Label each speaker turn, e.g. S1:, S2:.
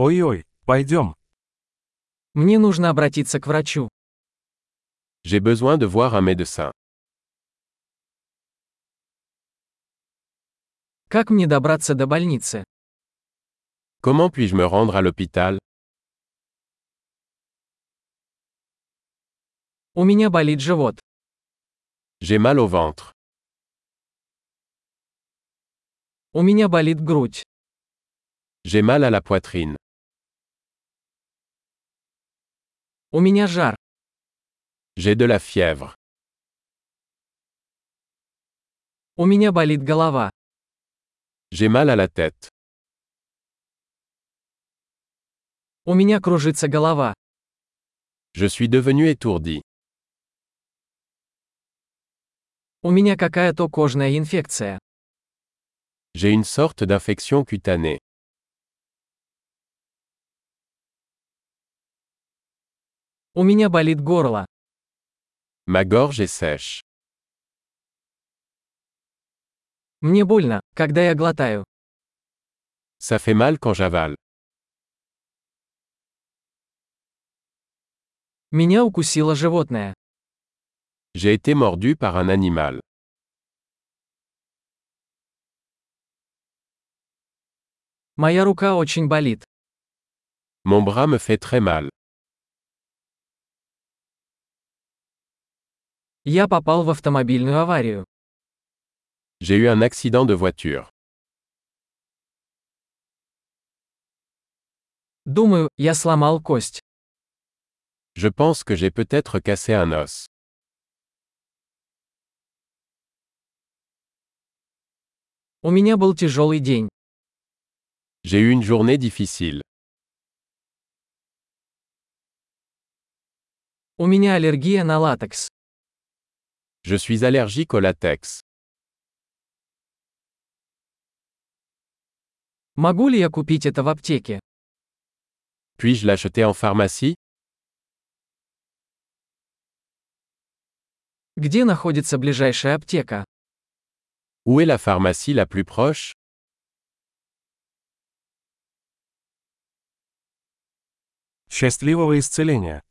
S1: Ой-ой, пойдем.
S2: Мне нужно обратиться к врачу.
S3: J'ai besoin de voir un médecin.
S2: Как мне добраться до больницы?
S3: Comment puis-je me rendre à l'hôpital
S2: У меня болит живот.
S3: J'ai mal au ventre.
S2: У меня болит грудь.
S3: J'ai mal à la poitrine.
S2: У меня жар.
S3: J'ai de la fièvre.
S2: У меня болит голова.
S3: J'ai mal à la tête.
S2: У меня кружится голова.
S3: Je suis devenu étourdi.
S2: У меня какая-то кожная инфекция.
S3: J'ai une sorte d'infection cutanée.
S2: У меня болит горло.
S3: Ma gorge est sèche.
S2: Мне больно, когда я глотаю.
S3: Ça fait mal quand j'avale.
S2: Меня укусило животное.
S3: J'ai été mordu par un animal.
S2: Моя рука очень болит.
S3: Mon bras me fait très mal.
S2: Я попал в автомобильную аварию.
S3: J'ai eu un accident de voiture.
S2: Думаю, я сломал кость.
S3: Je pense que j'ai peut-être cassé un os.
S2: У меня был тяжелый день.
S3: J'ai eu une journée difficile.
S2: У меня аллергия на латекс.
S3: Je suis allergique au latex.
S2: Могу ли я купить это в аптеке?
S3: Puis-je l'acheter en pharmacie
S2: Где находится ближайшая аптека?
S3: Où est la pharmacie la plus proche
S1: Счастливого исцеления!